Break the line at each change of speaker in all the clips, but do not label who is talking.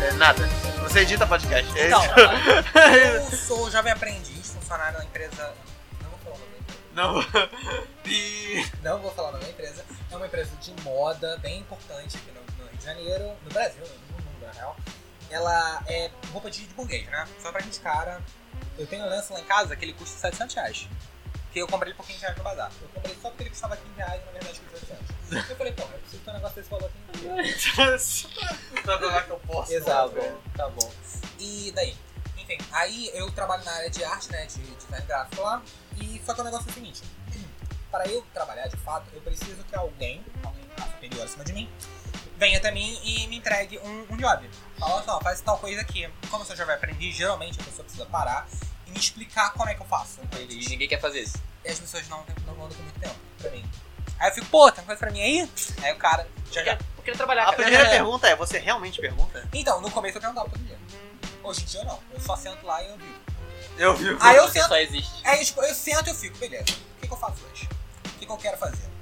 É,
É, nada. Você edita podcast. É
Então,
isso.
eu sou jovem aprendiz, funcionário da empresa. Não vou falar o nome da empresa.
Não. E.
Não vou falar o nome da empresa. É uma empresa de moda bem importante aqui no, no Rio de Janeiro, no Brasil, né, no mundo, na real. Ela é roupa de burguês, né? Só pra gente, cara. Eu tenho um lenço lá em casa que ele custa 700 reais. Que eu comprei ele por 15 reais no bazar. Eu comprei só porque ele custava 15 reais e na verdade custa 700. Eu falei, pô, eu preciso ter um negócio desse valor aqui no dia.
Só pra lá que eu posso.
Exato, tá bom. E daí? Enfim, aí eu trabalho na área de arte, né? De de design gráfico lá. E só que o negócio é o seguinte: para eu trabalhar de fato, eu preciso que alguém, alguém que tá superior acima de mim, venha até mim e me entregue um, um job. Fala, olha só, faz tal coisa aqui. Como você já vai é aprender, geralmente a pessoa precisa parar e me explicar como é que eu faço.
E ninguém quer fazer isso.
E as pessoas não, não mandam com muito tempo pra mim. Aí eu fico, pô, tem coisa pra mim aí? Aí o cara, já já.
Eu queria trabalhar,
A
cara.
primeira pergunta é: você realmente pergunta?
Então, no começo eu perguntava todo dia. Hoje em dia não. Eu só sento lá e eu vivo.
Eu vi.
Aí eu sento.
Só existe.
Aí tipo, eu sento e eu fico, beleza. O que, que eu faço hoje? O que, que eu quero fazer?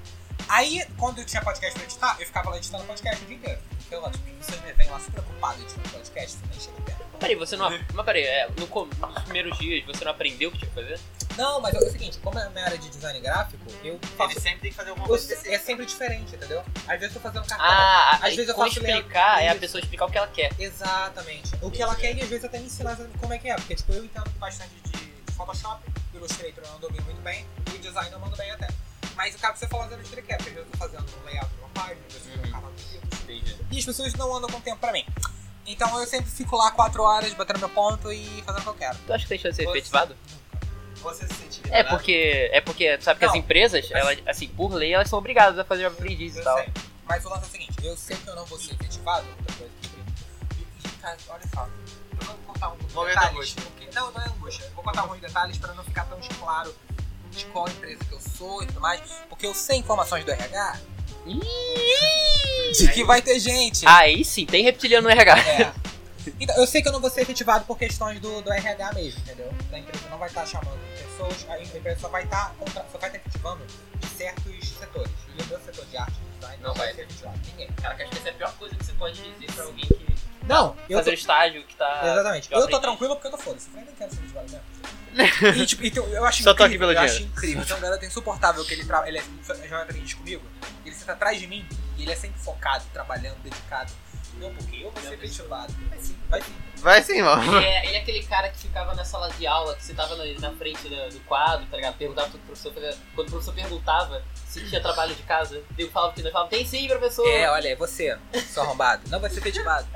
Aí, quando eu tinha podcast pra editar, eu ficava lá editando podcast o dia inteiro. Então, lá, tipo, vocês me veem lá super ocupado editando podcast, eu nem chega perto.
Peraí, você não. Mas peraí, é, no com- nos primeiros dias você não aprendeu o que tinha que fazer?
Não, mas é o seguinte, como é a minha área de design gráfico, eu faço.
Ele sempre tem que fazer alguma
eu-
coisa
é
específica.
sempre diferente, entendeu? Às vezes eu tô fazendo cartão.
Ah,
às vezes eu
como
faço
explicar é a
isso.
pessoa explicar o que ela quer.
Exatamente. O que ela quer e às vezes até me ensinar como é que é. Porque tipo, eu entendo bastante de, de Photoshop, do Illustrator eu não domino muito bem, e o design eu mando bem até. Mas o cara precisa falar fazendo o que ele quer, porque às vezes eu tô fazendo um layout de uma página, às vezes eu tô
Uhum.
um canal de vídeo. E as pessoas não andam com tempo pra mim. Então eu sempre fico lá 4 horas batendo meu ponto e fazendo o que eu quero.
Tu acha que tem chance de ser
Você-
efetivado?
Você se sente
É
liberado?
porque, é porque tu sabe que
Não.
as empresas, elas, assim, por lei, elas são obrigadas a fazer aprendiz e
Eu
tal.
sei. Mas o lance é o seguinte, eu sei que eu não vou ser efetivado, outra coisa que eu e, e, cara, olha só, eu vou contar um
Momento
detalhes,
angústia.
porque, não, não é angústia, eu vou contar alguns detalhes pra não ficar tão claro de qual empresa que eu sou e tudo mais, porque eu sei informações do RH de que vai ter gente.
Ah, Aí sim, tem reptiliano no RH.
É. Então, eu sei que eu não vou ser efetivado por questões do, do RH mesmo, entendeu? A empresa não vai estar chamando pessoas, a empresa só vai estar, contra- só vai estar efetivando em certos setores. E o meu setor de arte e design
Não vai.
ser efetivado. Ninguém.
Cara, que acho que essa é a pior coisa que você pode dizer pra alguém que
Não, eu
fazer o estágio que tá.
tô, exatamente.
que
Eu tô
aprendi.
tranquilo porque eu tô foda-se. Eu nem quero ser festival mesmo. E, tipo, então, eu acho
Só tô
incrível,
aqui pelo
eu
dinheiro.
acho incrível. Tem um garoto insuportável que ele, tra... ele é jovem aprendiz comigo, ele senta atrás de mim e ele é sempre focado, trabalhando, dedicado. Não, porque eu vou ser efetivado. Vai sim, vai sim.
Vai sim, mano.
Ele é, ele é aquele cara que ficava na sala de aula, que você tava na, na frente da- do quadro, tá ligado? Perguntava tudo pro professor. fazia- Quando o professor perguntava se tinha trabalho de casa, eu falava que não, eu falava, tem sim, professor.
É, olha, é você, seu arrombado. Não vai ser efetivado.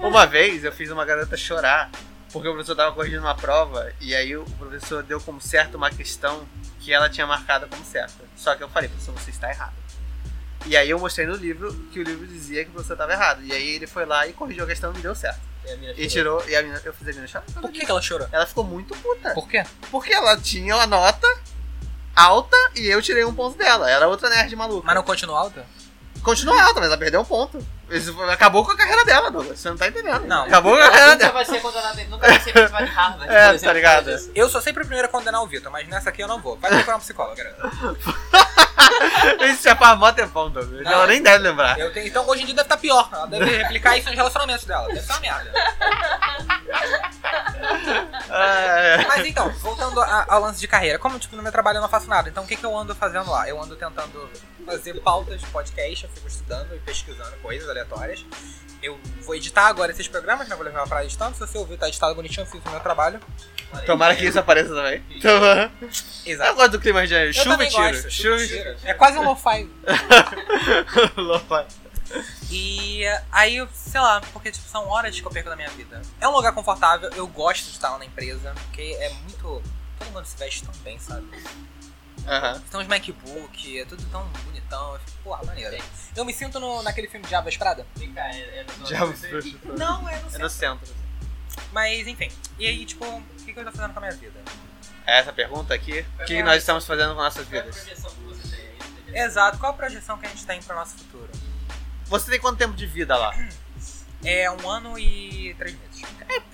Uma vez eu fiz uma garota chorar porque o professor tava corrigindo uma prova e aí o professor deu como certo uma questão que ela tinha marcado como certa. Só que eu falei, professor, você está errado. E aí eu mostrei no livro que o livro dizia que o professor estava errado. E aí ele foi lá e corrigiu a questão e me deu certo.
E a mina
E
ficou-
tirou, e a menina, eu fiz a menina chorar.
Por que, que ela chorou?
Ela ficou muito puta.
Por quê?
Porque ela tinha uma nota alta e eu tirei um ponto dela. Era outra nerd maluca.
Mas não continua alta?
Continua alta, mas ela perdeu um ponto. Isso foi- acabou com a carreira dela, Douglas. Você não tá entendendo.
Não.
Acabou com a
Ela
carreira
nunca
dela.
vai ser condenada, nunca vai ser condenada de Harvard.
É,
por exemplo, né?
tá ligado?
por causa disso.
Eu sou sempre o primeiro a condenar o Vitor, mas nessa aqui eu não vou. Vai procurar um psicólogo, garoto.
Isso é já faz mó tempão, Douglas.
Não. é
Ela nem deve lembrar.
Eu tenho- Então hoje em dia deve estar pior. Ela deve replicar isso nos relacionamentos dela. Deve ser uma merda.
Ah,
Mas então, voltando a- ao lance de carreira, como tipo, no meu trabalho eu não faço nada, então o que, que eu ando fazendo lá? Eu ando tentando fazer pautas de podcast, eu fico estudando e pesquisando coisas aleatórias. Eu vou editar agora esses programas, né? Vou levar pra editando. Se você ouvir, tá editado bonitinho, eu fiz o meu trabalho.
é. Tomara que isso apareça também. Tomara. Eu
Exato.
gosto do clima de janeiro.
Eu
É, Chuva e
também
tiro.
gosto,
Chuva
e
e tiro.
tiro. É quase um lo-fi.
Lo-fi.
E eh, aí, eu- sei lá, porque tipo, são horas que eu perco da minha vida. É um lugar confortável, eu gosto de estar lá na empresa, porque é muito. Todo mundo se veste tão bem, sabe?
Aham.
Então os MacBook, é tudo tão bonitão. Eu fico, porra, maneiro. Eu me sinto no, naquele filme de Ava Esprada?
Vem cá, é- é do-
Já fui.
Não, eu não
É no centro.
Mas enfim. E aí, tipo, o que, que eu tô fazendo com a minha vida?
É essa pergunta aqui. O que nós estamos fazendo com nossas
Qual é a
vidas?
projeção que você tem? Isso que eu queria
Exato, qual a projeção que a gente tem pro nosso futuro?
Você tem quanto tempo de vida lá?
É um ano e três meses.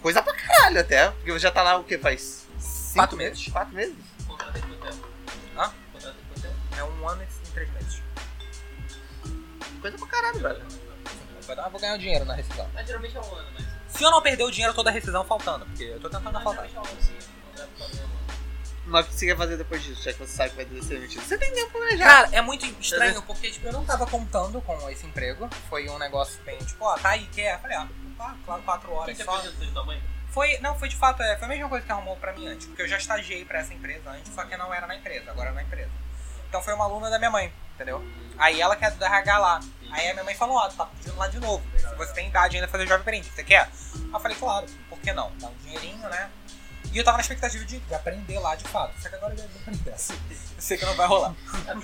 Coisa pra caralho até. Porque você já tá lá o que faz? Cinco
Quatro meses.
Quatro meses?
saber. Contrato em quanto tempo?
Hã?
Contrato em quanto tempo?
É um ano e três meses.
Coisa pra caralho, velho.
Vai dar, eu vou ganhar o dinheiro na rescisão.
Mas geralmente é um ano, mas.
Se eu não perder o dinheiro, eu tô da rescisão faltando, porque eu tô tentando
Mas
faltar.
geralmente é um ano sim. Não dá pra fazer um ano.
Mas o que você quer fazer depois disso, já que você sabe que vai ter ser demitido? Você tem tempo pra planejar.
Cara, é muito estranho, porque tipo, eu não tava contando com esse emprego. Foi um negócio bem, tipo, ó, tá aí, quer? Eu Falei, ó, tá, claro, quatro
Quem é
horas
te
só.
apresentou de tua mãe?
Foi, não, foi de fato, é, foi a mesma coisa que arrumou pra mim antes, porque eu já estagiei pra essa empresa antes, só que não era na empresa, agora era na empresa. Então foi uma aluna da minha mãe, entendeu? Aí ela quer do RH lá. Aí a minha mãe falou, ó, tá pedindo lá de novo. Se você tem idade ainda pra fazer o jovem aprendiz, você quer? Aí eu falei, claro, por que não? Dá um dinheirinho, né? E eu tava na expectativa de, de aprender lá de fato. Só que agora eu já aprendi assim. Eu sei que não vai rolar.
Até-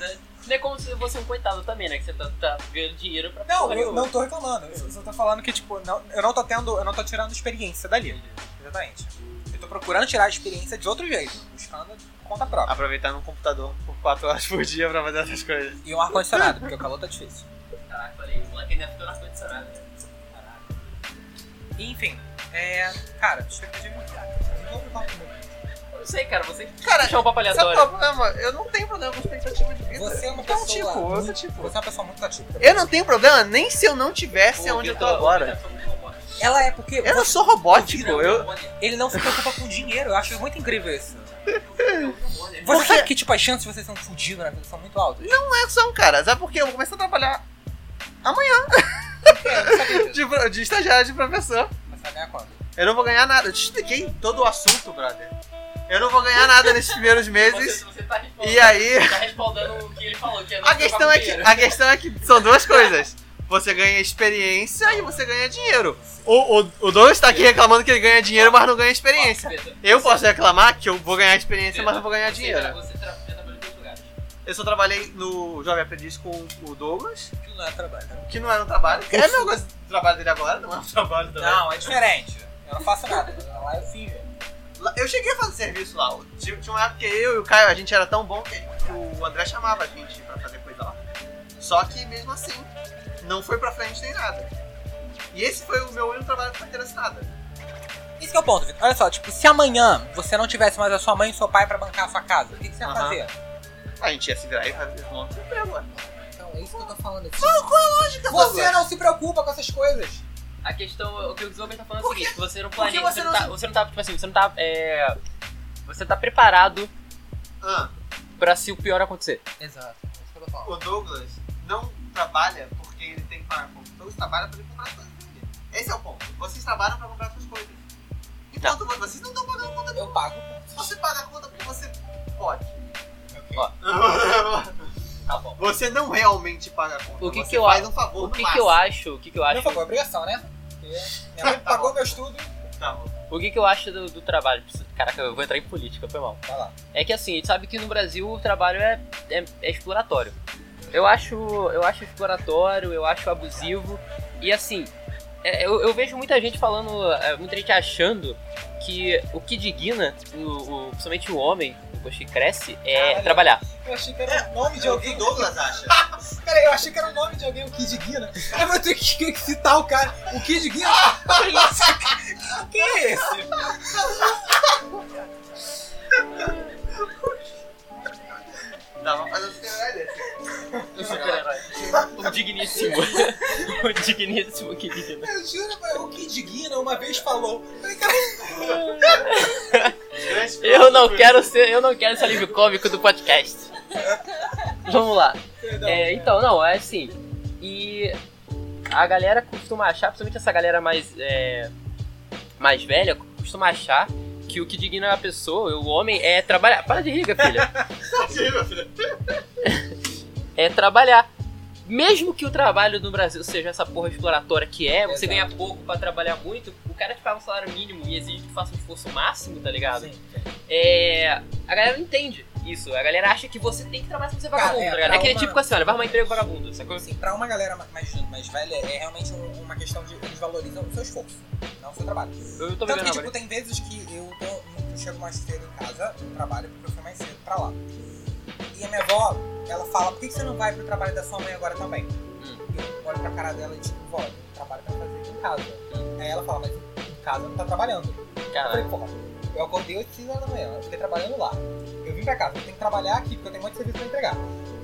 Não é como se você é um coitado também, né? Que você tá, tá ganhando dinheiro pra
Não,
porra
eu
nenhuma.
não tô reclamando. Eu só tô falando que, tipo, não, eu não tô tendo. Eu não tô tirando experiência dali. Exatamente. Eu tô procurando tirar a experiência de outro jeito, buscando conta própria.
Aproveitar no um computador por 4 horas por dia pra fazer essas coisas.
E um ar-condicionado, porque o calor tá difícil.
Caraca, falei, o moleque ainda ficou na né? condicionada.
Enfim, é. Cara, expectativa muito cara. Eu não vou falar muito.
Eu não sei, cara, você que
Cara,
puxar um papo
Sabe qual é o
aleatório.
problema? Eu não tenho problema com expectativa de vida.
Você é uma
então,
pessoa
tipo, eu sou
muito-
tipo.
Você é uma pessoa muito atípica.
Eu não tenho problema nem se eu não tivesse
Pô,
onde eu tô
Vitor,
agora.
Vitor, foi um robô.
Ela é porque.
Eu não sou robótico,
Não,
um
eu.
robô, né?
Ele não se preocupa com dinheiro. Eu acho muito incrível isso.
Eu fui um robô, né?
Você
Porque-
sabe que, tipo, as chances de você ser um fudido na vida são muito altas.
Não é só um cara, sabe por quê? Eu vou começar a trabalhar
eu não sabia disso.
de, pro- de estagiário, de professor.
Mas você vai ganhar quanto?
Eu não vou ganhar nada. Eu te expliquei todo o assunto, brother. Eu não vou ganhar nada nesses primeiros meses.
Você, você tá respondendo.
E aí.
Tá respondendo o que ele falou, que é não
A
se preocupar
questão
com
é que,
dinheiro.
a questão é que são duas coisas. Você ganha experiência e você ganha dinheiro. O, o, o dono está aqui reclamando que ele ganha dinheiro, mas não ganha experiência.
Pedro,
Eu posso reclamar que eu vou ganhar experiência,
Pedro,
mas não vou é ganhar
você-
dinheiro.
Você tra- já trabalhou em dois lugares.
Eu só trabalhei no Jovem Aprendiz com o Douglas,
Aquilo não é trabalho. né?
que não era um trabalho. É a mesma coisa do trabalho dele agora, não é um trabalho também.
Não, é diferente. Eu não faço nada. Lá eu fiz. velho.
Lá- Eu cheguei a fazer serviço lá. Tinha tinha uma época que eu e o Caio, a gente era tão bom que o André chamava a gente pra fazer coisa lá. Só que mesmo assim, não foi pra frente nem nada. E esse foi o meu único trabalho com carteira assinada.
Esse que é o ponto, Vitor. Olha só, tipo, se amanhã você não tivesse mais a sua mãe e seu pai pra bancar a sua casa, o que, que você ia
Aham.
fazer?
A gente ia se virar e fazer um monte de emprego. ué.
Então, é isso que eu tô falando aqui.
Fica
Então, Você é-
boa.
não se preocupa com essas coisas.
A questão, o que o Zomer tá falando é o
Por quê?
seguinte, que você não
Por que
planeja,
você
você, não
não-
tá, você não tá, tipo assim, você não tá, é, você tá preparado
Ah,
pra se o pior acontecer.
Exato. É isso que eu tô falando.
o Douglas não trabalha porque ele tem que pagar conta. Todos trabalham pra ele comprar as coisas dele. Esse é o ponto. Vocês trabalham pra comprar suas coisas. Então, vocês não estão pagando conta
Eu pago.
Se você paga a conta porque você pode.
Ó.
Tá bom.
Você não realmente paga a conta.
O que
você
que eu
faz
a-
um favor
O
no
que que
máximo.
eu acho, o que que eu
Não
acho,
foi por obrigação, né? Porque minha mãe pagou meu estudo.
Tá bom.
o que que eu acho do, do trabalho? Caraca, eu vou entrar em política, foi mal.
Vai tá lá.
É que assim, a gente sabe que no Brasil o trabalho é, é, é exploratório. Eu acho, eu acho exploratório, eu acho abusivo. E assim, é, eu, eu vejo muita gente falando, é, muita gente achando que o que digna, o, o- principalmente o homem, depois que cresce, é
Caralho.
trabalhar.
Eu achei que era o nome de
É o que
alguém.
o Douglas acha.
Peraí, eu achei que era o nome de alguém, o Kid Guina. Eu vou ter que citar o cara. O Kid Guina. Quem é esse?
Dá pra fazer um super desse.
O super-herói. O digníssimo. o digníssimo que digna.
Eu juro, mas o Kid Guina uma vez falou. Eu falei, cara,
Eu não quero ser, eu não quero ser alívio cômico do podcast. Vamos lá.
perdão.
É, então, não, é assim. E a galera costuma achar, principalmente essa galera mais, é, mais velha, costuma achar que o que digna é a pessoa, o homem, é trabalhar. Para de riga, filha.
Tá
É trabalhar. Mesmo que o trabalho no Brasil seja essa porra exploratória que é, você
Exato.
ganha pouco pra trabalhar muito, o cara te paga um salário mínimo e exige que tu faça um esforço máximo, tá ligado? É, a galera não entende isso. A galera acha que você tem que trabalhar sem ser
Cara,
vagabundo,
é,
tá ligado? É aquele
uma-
tipo assim, olha, vai arrumar emprego vagabundo, sacou?
Assim, pra uma galera ma- mais, mais velha, é realmente um- uma questão de eles valorizam o seu esforço, não o seu trabalho.
Eu tô
Tanto
vivendo
que, tipo,
agora.
tem vezes que eu, tô- eu chego mais cedo em casa do trabalho, porque eu fui mais cedo pra lá. E a minha avó, ela fala, por que que você não vai pro trabalho da sua mãe agora também?
Hum.
Eu olho pra cara dela e tipo, vó, eu trabalho pra fazer aqui em casa.
Hum.
Aí ela fala, mas em casa não tá trabalhando. Eu
Caralho.
falei, porra, eu acordei 8 horas da manhã, eu fiquei trabalhando lá. Eu vim pra casa, eu tenho que trabalhar aqui, porque eu tenho muito serviço pra entregar.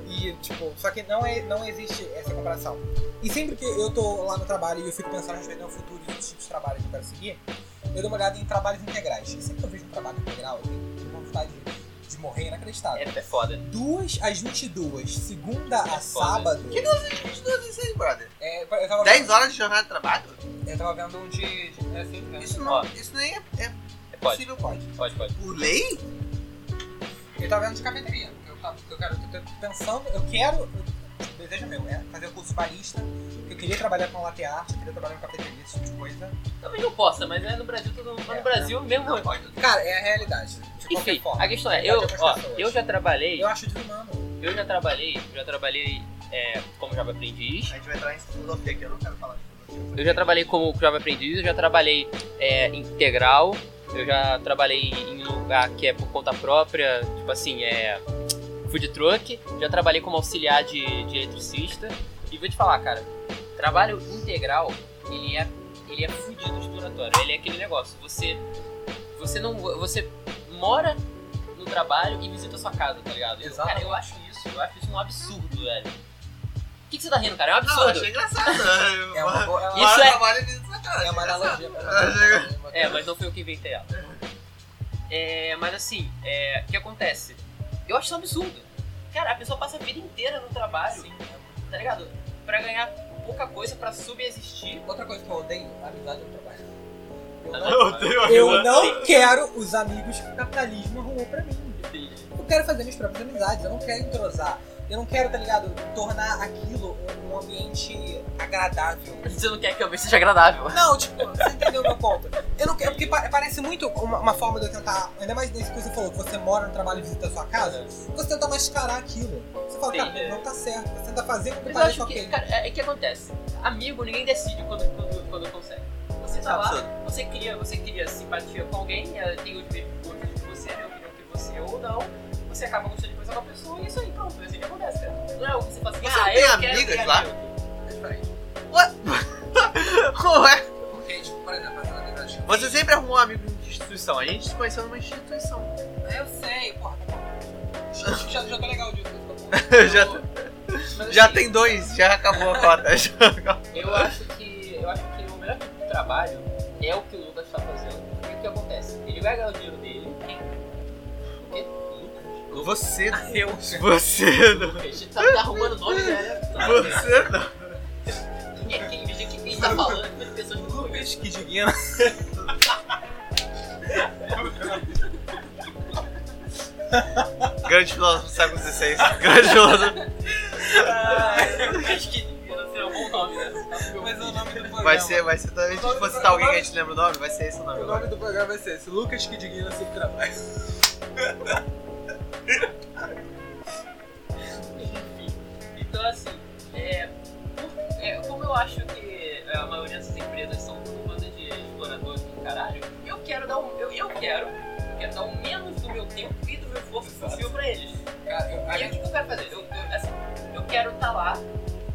E E, tipo, só que não, é, não existe essa comparação. E sempre que eu tô lá no trabalho e eu fico pensando a respeito do futuro e outros tipos de trabalho que eu quero seguir, eu dou uma olhada em trabalhos integrais. E sempre que eu vejo um trabalho integral, eu tenho uma vontade de, de morrer inacreditável.
É, é foda.
Duas às 22, segunda a
foda.
sábado.
Que 22 isso aí, brother?
É, eu, tava
10
vendo,
horas de jornada de trabalho?
eu tava vendo um de. de é assim, né?
Isso não, isso nem é, é
É, Pode,
possível, pode.
pode, pode.
Por lei?
Eu tava vendo de cafeteria. porque Eu, tava, porque eu, quero, eu tô pensando, eu quero. eu- O desejo meu é fazer o curso de barista. porque Eu queria trabalhar com latte art, eu queria trabalhar com cafeteria, esse tipo de coisa.
Talvez não possa, mas é no Brasil todo mundo. Mas no Brasil mesmo.
Não pode.
Cara, é a realidade. De qualquer
Enfim,
forma.
a questão é,
Verdade
eu,
outras
ó,
pessoas.
eu já trabalhei,
Eu acho desumano.
eu já trabalhei, já trabalhei é, como Java Aprendiz,
A gente vai entrar em filosofia aqui, eu não quero falar de filosofia.
eu já trabalhei como Java Aprendiz, eu já trabalhei é, integral, eu já trabalhei em lugar que é por conta própria, tipo assim, é food truck, já trabalhei como auxiliar de, de eletricista, e vou te falar, cara, trabalho integral, ele é, ele é fudido exploratório, ele é aquele negócio, você, você não, você mora no trabalho e visita a sua casa, tá ligado? Eu-
Exato.
Cara, eu acho isso, eu acho isso um absurdo, velho. O que, que você tá rindo, cara? É um
Não, eu
absurdo.
achei engraçado. né?
É uma, boa- é uma,
Isso é-
é uma analogia.
É, mas não foi eu que inventei ela. É, mas assim, é, o que acontece? Eu acho isso um absurdo. Cara, a pessoa passa a vida inteira no trabalho,
Sim,
tá ligado? Pra ganhar pouca coisa, pra subexistir.
Outra coisa que eu odeio, amizade no trabalho. Eu
Tá
não,
ligado?
eu não quero os amigos que o capitalismo arrumou pra mim.
Sim.
Eu quero fazer minhas próprias amizades, eu não quero entrosar. Eu não quero, tá ligado, tornar aquilo um- um ambiente agradável.
Você não quer que alguém seja agradável.
Não, tipo, você entendeu o meu ponto. Eu não quero, porque pa- parece muito uma, uma forma de eu tentar, ainda mais nesse que você falou, que você mora no trabalho e visita a sua casa, você tenta mascarar aquilo. Você fala,
Sim,
cara,
é.
não tá certo, você tenta fazer com que
Mas eu acho
pareça
que,
ok.
cara, é, é que acontece. Amigo, ninguém decide quando, quando, quando consegue. Você
Ah,
tá lá, você cria, você cria simpatia com alguém, ela tem os mesmos gostos que você, a opinião que você ou não. Você acaba gostando de coisa com a pessoa e isso aí, pronto, é assim que acontece, cara. Não é o que você fala assim,
Você
ah,
tem
eu quero
amigas
ter
lá?
amigo.
Ué,
Porque, tipo, por exemplo, essa amizade.
você sempre arrumou um amigo de instituição. A gente se conheceu numa instituição.
É, Eu sei, porra, tá bom. Já, já tô legal disso.
Já
tô. Mas,
Já
assim,
tem dois, já acabou a cota. Já acabou.
Eu acho que eu acho que o melhor tipo de trabalho é o que o Lucas tá fazendo. E o que acontece? Ele vai ganhar o dinheiro dele. Quem? O quê? Lucas?
Você, né?
Eu.
você não.
Lucas. Tá, tá arrumando nome, né?
Você não.
Quem é quem? De quem tá falando? Das pessoas que não veem.
que divina.
Grande filósofo do século XVI. Grande filósofo. Ah, é.
Acho que devia ser um bom nome, né?
Mas o nome do programa.
Vai ser, vai ser. A gente for citar alguém que a gente lembra o nome, vai ser esse o nome
O
agora.
nome do programa vai ser esse: Lucas que digna seu trabalho.
Enfim. Então assim, é, por- é, como eu acho que é, a maioria dessas empresas são tudo banda de exploradores do caralho, eu quero dar um. Eu, eu quero. Eu quero dar o menos do meu tempo e do meu esforço possível pra eles.
Cara, eu,
Aí o que, que eu quero fazer? Eu, eu- assim, eu quero estar lá,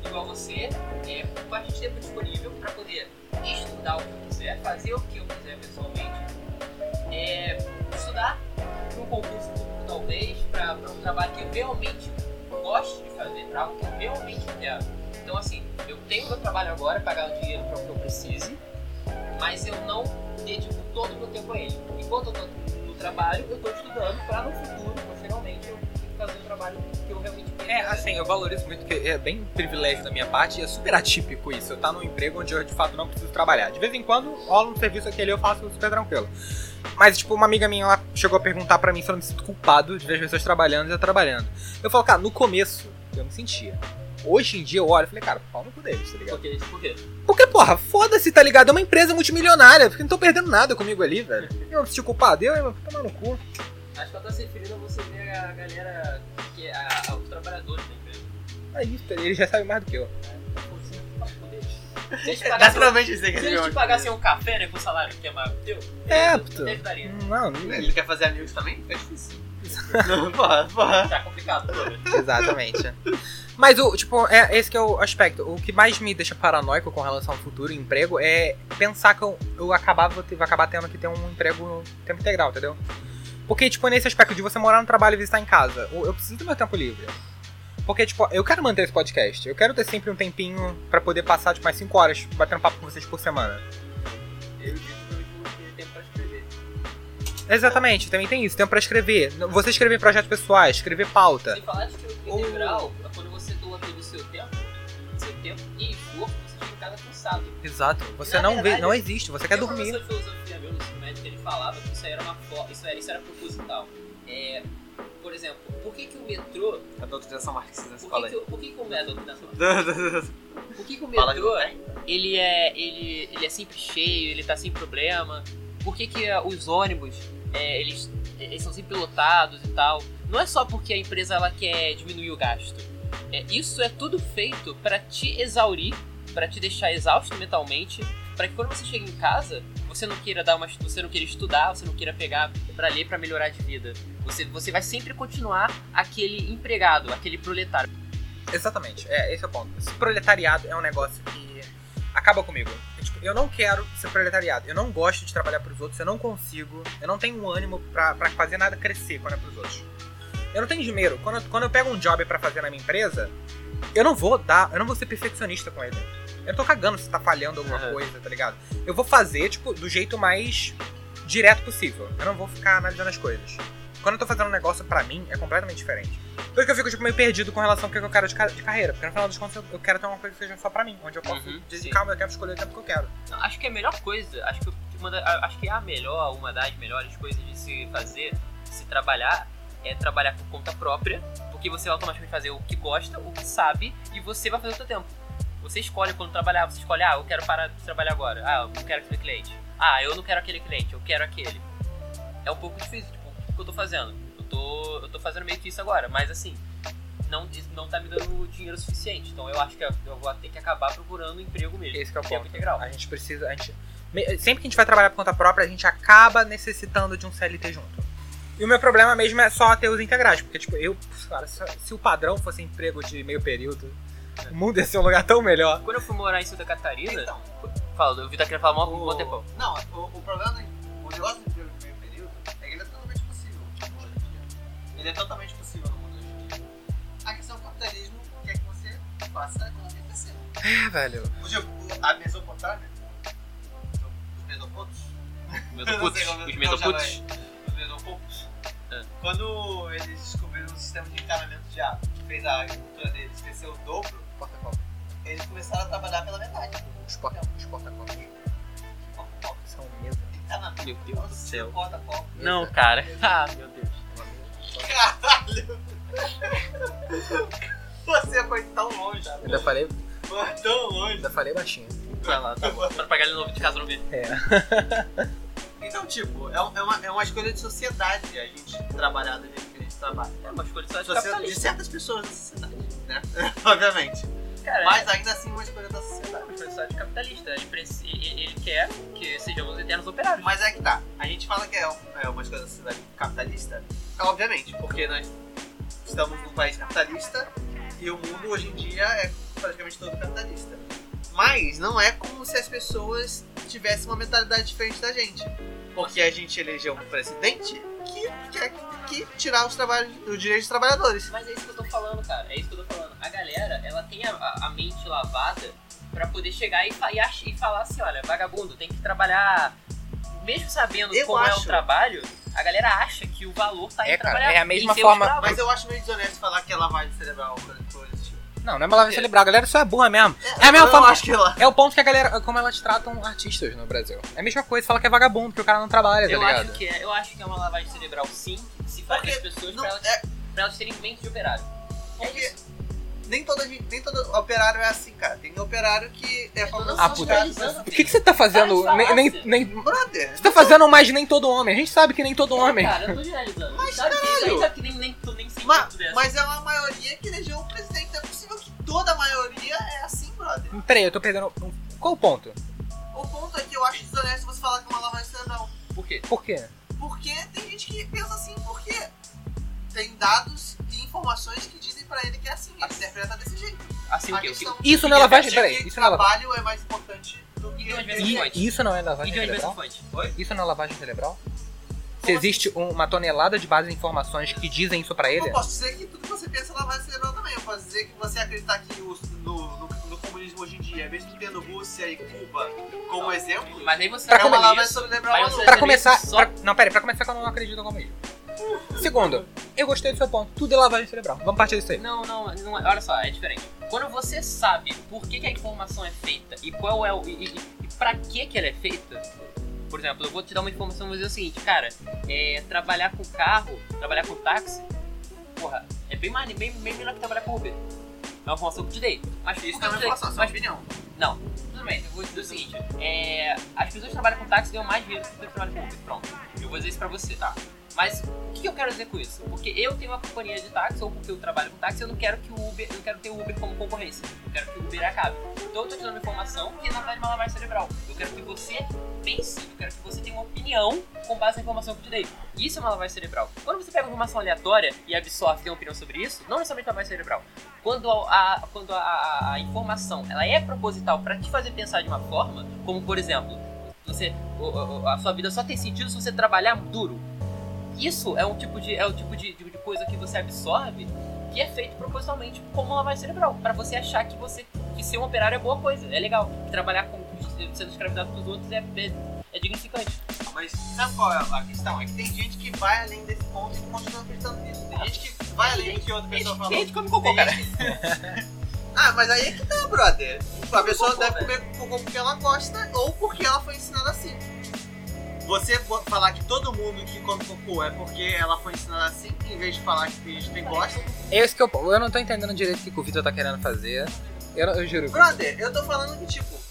igual você, é, com bastante tempo disponível para poder estudar o que eu quiser, fazer o que eu quiser pessoalmente, é, estudar para um concurso público talvez, para um trabalho que eu realmente gosto de fazer, para algo que eu realmente quero. Então assim, eu tenho meu trabalho agora, pagar o dinheiro para o que eu precise, mas eu não dedico todo o meu tempo a ele. Enquanto eu tô no trabalho, eu tô estudando para no futuro, posteriormente, eu fazer um trabalho que eu realmente quero.
É, assim, eu valorizo muito, que é bem privilégio da minha parte, e é super atípico isso. Eu tá num emprego onde eu de fato não preciso trabalhar. De vez em quando, rola um serviço aquele eu faço super tranquilo. Mas, tipo, uma amiga minha, ela chegou a perguntar pra mim se eu não me sinto culpado de ver as pessoas trabalhando e eu trabalhando. Eu falo, cara, no começo, eu me sentia. Hoje em dia eu olho e falei, cara, pau no cu deles, tá ligado?
Por quê? Por quê?
Porque, porra, foda-se, tá ligado? É uma empresa multimilionária, porque não tô perdendo nada comigo ali, velho. Eu não me senti culpado, eu, eu tomar no cu.
Acho que ela tá se referindo a você ver a galera que é a, a, os trabalhadores da empresa.
Aí, ele já sabe mais do que eu.
Pô, você não pode poder. Se eles te pagassem-
Naturalmente é ele
se
quer
eles te pagassem um café, né, com o salário que é maior que o teu,
É,
eu
puto.
te ajudaria.
Não, não.
Ele quer fazer amigos também? Fica difícil. Não, porra, porra.
Tá complicado, pô.
Exatamente. Mas o, tipo, é, esse que é o aspecto. O que mais me deixa paranoico com relação ao futuro e emprego é pensar que eu, eu acabar, vou, ter- vou acabar tendo que ter um emprego tempo integral, entendeu? Porque, tipo, nesse aspecto de você morar no trabalho e visitar em casa, eu, eu preciso do meu tempo livre. Porque, tipo, eu quero manter esse podcast. Eu quero ter sempre um tempinho pra poder passar, tipo, mais 5 horas batendo papo com vocês por semana.
Eu e o Vitor também não tive tempo pra escrever.
Exatamente, também tem isso. Tempo pra escrever. Você escrever projetos pessoais, escrever pauta.
Sem falar de que o
Tá. Ou-
integral é quando você doa todo o seu tempo, seu tempo e esforço, você fica cansado.
Exato. Você
Na
não
verdade,
vê, não existe, você quer
Tem um
dormir.
professor de filosofia meu no ensino médio que ele falava que isso era uma fo- isso era, isso era proposital. É, por exemplo, por que, que o metrô.
A doutrinação marxista nessa
Por
escola
que, que,
aí.
o- por que, que o metrô. Por
Fala
que, que
que
o metrô
não tem.
ele é, ele, ele é sempre cheio, ele tá sem problema. Por que, que ah, os ônibus é, eles, eles são sempre lotados e tal? Não é só porque a empresa ela quer diminuir o gasto. É, isso é tudo feito pra te exaurir, pra te deixar exausto mentalmente, pra que quando você chega em casa você não queira dar uma, você não queira estudar, você não queira pegar pra ler pra melhorar de vida. Você, você vai sempre continuar aquele empregado, aquele proletário.
Exatamente, é, esse é o ponto. Esse proletariado é um negócio que acaba comigo. Eu, tipo, eu não quero ser proletariado. Eu não gosto de trabalhar pros outros, eu não consigo. Eu não tenho ânimo pra, pra fazer nada crescer quando é pros outros. Eu não tenho dinheiro. Quando, eu- quando eu pego um job pra fazer na minha empresa, eu não vou dar, eu não vou ser perfeccionista com ele. Eu tô cagando se tá falhando alguma
Aham.
coisa, tá ligado? Eu vou fazer, tipo, do jeito mais direto possível. Eu não vou ficar analisando as coisas. Quando eu tô fazendo um negócio pra mim, é completamente diferente. Por isso que eu fico tipo, meio perdido com relação ao que eu quero de, ca- de carreira. Porque no final das contas eu- eu quero ter uma coisa que seja só pra mim, onde eu posso
Uhum,
dedicar o meu tempo, escolher o tempo que eu quero.
Não, Acho que é a melhor coisa, acho que, uma da- a- acho que a melhor, uma das melhores coisas de se fazer, de se trabalhar, é trabalhar por conta própria, porque você vai automaticamente fazer o que gosta, o que sabe, e você vai fazer o seu tempo. Você escolhe quando trabalhar, você escolhe, ah, eu quero parar de trabalhar agora, ah, eu não quero aquele cliente, ah, eu não quero aquele cliente, eu quero aquele. É um pouco difícil, tipo, o que eu tô fazendo? Eu tô, eu tô fazendo meio que isso agora, mas assim, não, isso não tá me dando dinheiro suficiente, então eu acho que eu eu vou ter que acabar procurando emprego mesmo.
Esse que é o
tempo
ponto.
integral.
A gente precisa. A gente, me- sempre que a gente vai trabalhar por conta própria, a gente acaba necessitando de um CLT junto. E o meu problema mesmo é só ter os integrais, porque, tipo, eu, cara, se, se o padrão fosse emprego de meio período, o mundo ia ser um lugar tão melhor.
Quando eu fui morar em Santa Catarina,
Então,
Fala, eu vi tá querendo falar mó, mó
o-
tempão.
Não, é, o, o problema, do- o negócio do emprego de meio período é que ele é totalmente possível no mundo hoje em dia. Ele é totalmente possível no mundo hoje em dia. A questão do capitalismo quer que você faça a economia crescer.
É, velho.
Hoje, o- a Mesopotâmia, os Mesopotos,
Mesoputos,
é
os
tá
mesoputos.
os Mesopopos,
É.
quando eles descobriram o sistema de encanamento de água, que fez a agricultura deles crescer o dobro,
Porta-copos.
eles começaram a trabalhar pela metade.
Os porta- os porta-copos são mesa.
Encanamento.
Meu Deus do céu.
Porta-copo.
Não, cara. Ah, meu Deus.
Caralho! Você foi tão longe, né?
Ainda falei,
foi tão longe.
ainda falei baixinho.
Vai lá, tá bom. Pra pagar ele novo de casa não ver.
É.
Então, tipo, é, um- é uma, é uma escolha de sociedade a gente trabalhar do jeito que a gente trabalha.
É uma escolha só de
Socie- de
capitalista.
certas pessoas da sociedade, né? Obviamente.
Cara, é
Mas ainda assim, uma escolha da sociedade.
uma escolha só de capitalista. Ele, preci- ele ele quer que sejamos eternos operários.
Mas é que tá. A gente fala que é, um- é uma escolha da sociedade capitalista, obviamente, porque nós estamos num país capitalista e o mundo hoje em dia é praticamente todo capitalista. Mas não é como se as pessoas tivessem uma mentalidade diferente da gente. Porque a gente elegeu um presidente que quer que tirar os trabalhos, o direito dos trabalhadores.
Mas é isso que eu tô falando, cara. É isso que eu tô falando. A galera, ela tem a, a- a mente lavada pra poder chegar e, fa- e ach- e falar assim, olha, vagabundo, tem que trabalhar. Mesmo sabendo
Eu
como é o
acho.
trabalho, a galera acha que o valor tá em
É, cara,
trabalhar.
é a mesma
em ser
forma-
escravo.
Mas eu acho meio desonesto falar que é lavagem cerebral coisa coisa desse tipo.
Não, não é uma lavagem cerebral, a galera só é burra mesmo. É a
Eu
mesma
não
forma.
acho que é lá.
É o ponto que a galera. Como elas tratam artistas no Brasil. É a mesma coisa, fala que é vagabundo, que o cara não trabalha, tá
Eu
ligado?
acho, que é, eu acho que é uma lavagem cerebral, sim, que se faz
Porque
das pessoas
Não,
pra, elas,
é-
pra elas terem mente de operário. É
Porque
isso.
nem, toda gente, nem todo operário é assim, cara. Tem operário que é famoso.
Ah,
Só
puta.
fiscalizando.
O que, que você tá fazendo?
Para de falar,
Nem,
Cê.
nem, nem-
Brother.
você tá fazendo mais nem todo homem. A gente sabe que nem todo homem.
Cara, eu tô generalizando.
Mas,
sabe, que-
caralho!
sabe que nem, nem, tu nem sei
Ma-
tudo dessa.
mas é uma maioria que elegeu um presidente. É possível que toda a maioria é assim, brother.
Peraí, eu tô perdendo. um- Qual o ponto?
O ponto é que eu acho desonesto você falar que é uma lavagem cerebral.
Por quê?
Por quê?
Porque tem gente que pensa assim, porque tem dados e informações que dizem pra ele que é assim. Ele interpreta desse jeito.
Assim, o
A
quê? O quê?
questão
Isso não é lavagem.
de
Peraí,
que
isso não é lavagem.
trabalho é mais importante do que...
E às vezes-
E isso não é
E
lavagem
de onde vem essa
cerebral?
fonte?
Isso não é lavagem cerebral? Se
assim?
Como
existe um- uma tonelada de base de informações que dizem isso pra ele,
Eu posso dizer que tudo que você pensa é lavagem cerebral também. também. Eu posso dizer que você acreditar que o, no, no, no comunismo hoje em dia, mesmo tendo Rússia e Cuba como exemplo,
Mas aí você
Pra
é uma
começar-
lavagem sobre lembrar
Mas
uma
você-
luta.
Pra
Mas
começar,
isso só-
pra- não, pera, aí, pra começar que eu não acredito no comunismo. Segundo, eu gostei do seu ponto. Tudo é lavagem cerebral. Vamos partir disso aí.
Não, não, não é- olha só, é diferente. Quando você sabe por que, que a informação é feita e qual é o. e, e, e pra que, que ela é feita, por exemplo, eu vou te dar uma informação e vou dizer o seguinte, cara, é, trabalhar com carro, trabalhar com táxi, porra, é bem, mane- bem, bem melhor que trabalhar com Uber. É uma informação que eu te dei. Mas
Isso não é uma
eu te dei.
informação, isso é uma
Mas-
opinião.
não, tudo bem, eu vou dizer o seguinte: é, as pessoas que trabalham com táxi ganham mais dinheiro do que as pessoas que trabalham com Uber. Pronto, eu vou dizer isso pra você, tá? Mas o que que eu quero dizer com isso? Porque eu tenho uma companhia de táxi, ou porque eu trabalho com táxi, eu não quero que o Uber, eu não quero ter o Uber como concorrência. Eu quero que o Uber acabe. Então eu tô te dando uma informação que na verdade é uma lavagem cerebral. Eu quero que você pense, eu quero que você tenha uma opinião com base na informação que eu te dei. Isso é uma lavagem cerebral. Quando você pega uma informação aleatória e absorve tem uma opinião sobre isso, não necessariamente é uma lavagem cerebral. Quando a, a- quando a, a- a informação ela é proposital pra te fazer pensar de uma forma, como por exemplo, você o- o- o- a sua vida só tem sentido se você trabalhar duro. Isso é um tipo de é o tipo de, de- de coisa que você absorve que é feito propositalmente como lavagem cerebral pra você achar que você que ser um operário é boa coisa, é legal. Que trabalhar com sendo escravizado pros outros é, é, é dignificante.
Mas sabe qual é a questão? É que tem gente que vai além desse ponto e continua acreditando nisso. Tem gente que vai além do que outra pessoa
Gente,
falou.
gente come cocô,
Tem
cara.
Ah, mas aí é que tá, brother. A pessoa
Cocô,
deve comer cocô porque ela gosta ou porque ela foi ensinada assim. Você for falar que todo mundo que come cocô é porque ela foi ensinada assim, em vez de falar que tem gente que gosta.
Esse É que eu, eu não tô entendendo direito o que que o Vitor tá querendo fazer. Eu, não- eu juro.
Brother, eu tô falando que tipo.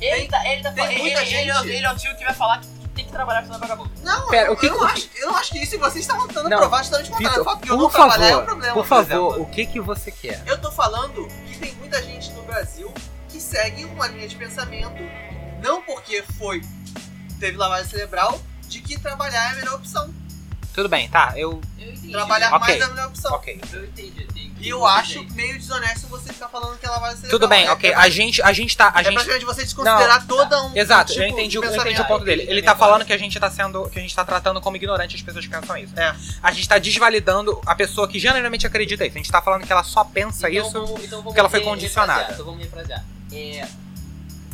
Ele tá, ele tá
tem
falando.
muita
ele, ele-
gente.
ele é o tio que vai falar que que tem que trabalhar pra ser vagabundo.
Não,
Pera, É,
eu,
o que
eu,
que
não
você-
acho, eu não acho que isso e vocês estão tentando
Não,
provar totalmente o contrário. O
Vitor,
fato de eu
por
não trabalhar é um
favor,
problema.
Por
exemplo.
favor, o que que você quer?
Eu tô falando que tem muita gente no Brasil que segue uma linha de pensamento, não porque foi, teve lavagem cerebral, de que trabalhar é a melhor opção.
Tudo bem, tá, eu.
Eu entendi.
Trabalhar
Ok.
mais é a melhor opção.
Ok.
Eu entendi, eu entendi.
E eu acho meio desonesto você ficar falando que é lavagem cerebral.
Tudo bem,
é,
ok.
É,
A gente, a gente tá. A
é
gente...
praticamente você desconsiderar toda um.
Exato,
tipo
eu, entendi, o-
de
eu
pensamento.
entendi o ponto dele.
Entendi
Ele tá
também,
falando que a gente tá sendo. que a gente tá tratando como ignorante as pessoas que pensam isso.
É.
A gente tá desvalidando a pessoa que genuinamente acredita isso. A gente tá falando que ela só pensa
então,
isso.
vamos- então vamos
porque ela foi
re-
condicionada.
refrasear, Então vamos refrasear. É,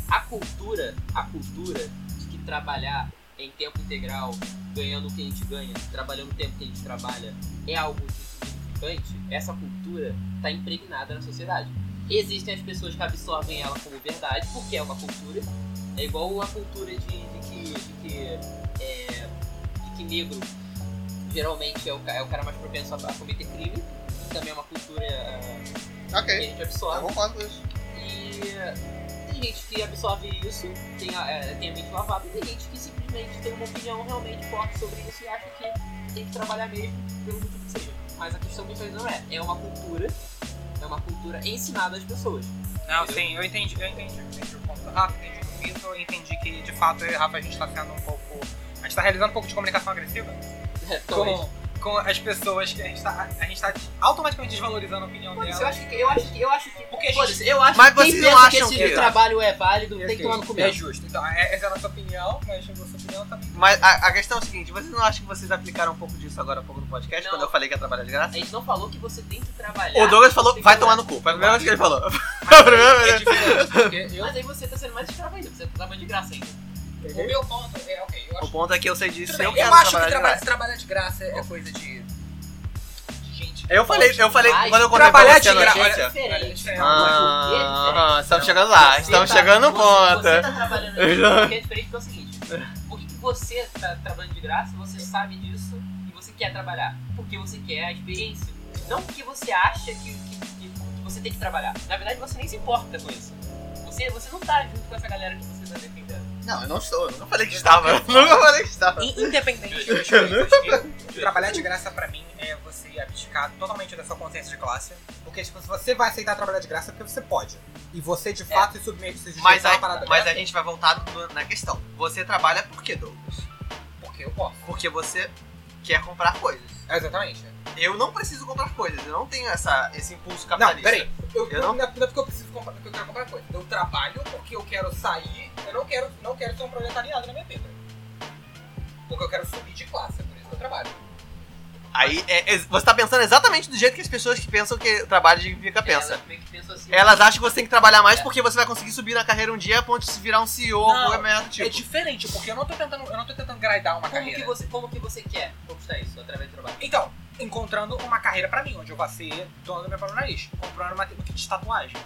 a cultura, a cultura de que trabalhar em tempo integral, ganhando o que a gente ganha, trabalhando o tempo que a gente trabalha, é algo significante, essa cultura está impregnada na sociedade. Existem as pessoas que absorvem ela como verdade, porque é uma cultura. É igual a cultura de, de que, de que, é, de que negro geralmente é o, ca- é o cara mais propenso a, a cometer crime. Também é uma cultura ah, que a
Ok,
gente
eu
absorve.
concordo com isso.
E tem gente que absorve isso, tem a, é, tem a mente lavada, e tem gente que simplesmente tem uma opinião realmente forte sobre isso e acha que tem que trabalhar mesmo pelo motivo que seja. Mas a questão que está não é, é uma cultura, é uma cultura ensinada às pessoas.
Não, sim, eu entendi, eu entendi, eu entendi o ponto do Rafa, entendi o Vitor, eu entendi que de fato eu e o Rafa a gente tá sendo um pouco. A gente tá realizando um pouco de comunicação agressiva
É, Talvez.
com, com as pessoas que a gente tá. A gente tá automaticamente desvalorizando a opinião
Foda-se, Eu
dela.
acho que eu acho que eu acho que
Porque a gente-
foda-se, eu acho
Mas
que quem
vocês
pensa
não acham
que esse
que-
trabalho é válido, tem
Ok,
que tomar no
É
começo.
justo. Então, é- essa é a nossa opinião, mas a sua opinião tá também.
Mas a, a questão é o seguinte: vocês não acham que vocês aplicaram um pouco disso agora há pouco no podcast,
Não.
quando eu falei que ia trabalhar de
A
graça?
gente não falou que você tem que trabalhar.
O Douglas falou,
tem que
vai
trabalhar.
tomar no cu. Foi a primeira vez que ele falou.
Mas
A primeira vez.
é diferente, porque eu.
Mas aí você tá sendo mais escravo ainda, você tá trabalhando de graça ainda.
O meu ponto é, ok, eu
O
acho
ponto é que eu sei disso
Tudo
e
bem,
eu
eu,
quero
acho que
trabalhar de
trabalhar,
graça.
trabalhar de graça é coisa de. de gente.
Eu falei, eu falei,
Mas
quando eu contei pra
trabalhar
você a
de gra-
notícia...
olha- Olha,
Diferente.
diferente.
Ah, estamos
Não.
chegando lá,
é Você
estamos
tá-
chegando no
você-
ponto.
Você tá trabalhando de graça, porque é diferente porque é o seguinte: por que, que você tá trabalhando de graça, você sabe disso e você quer trabalhar? Porque você quer a experiência. Não porque você acha que, que- que- que você tem que trabalhar. Na verdade, você nem se importa com isso. Você, você não tá junto com essa galera que você tá defendendo.
Não, eu não estou, eu não falei que estava, eu nunca falei que estava.
In- Independente das coisas, que- trabalhar de graça pra mim é você abdicar totalmente da sua consciência de classe. Porque, tipo, se você vai aceitar trabalhar de graça, é porque você pode. E você, de fato, se submete, se
É. Mas,
sujeita a
aí,
é uma parada
mas a
dessa,
gente vai voltar no- na questão. Você trabalha por quê, Douglas?
Porque eu posso.
Porque você quer comprar coisas.
Exatamente.
Eu não preciso comprar coisas, eu não tenho essa, esse impulso
Não,
capitalista.
peraí. Eu,
Eu não-
não... não é porque eu preciso comprar, porque eu quero comprar coisa. Eu trabalho porque eu quero sair, eu não quero, não quero ser um proletariado na minha vida. Porque eu quero subir de classe, é por isso que eu trabalho.
Aí é- é- você tá pensando exatamente do jeito que as pessoas que pensam que trabalho de bica pensa.
Elas meio que pensam assim.
Elas acham que você tem que trabalhar mais
É.
porque você vai conseguir subir na carreira um dia a ponto de se virar um CEO ou
Não,
alguma merda do tipo.
É diferente, porque eu não tô tentando, eu não tô tentando gradar uma
como
carreira.
que, você, como que você quer conquistar isso através do trabalho?
Então, encontrando uma carreira pra mim, onde eu vou ser dono do meu próprio nariz, comprando uma uma kit de tatuagem,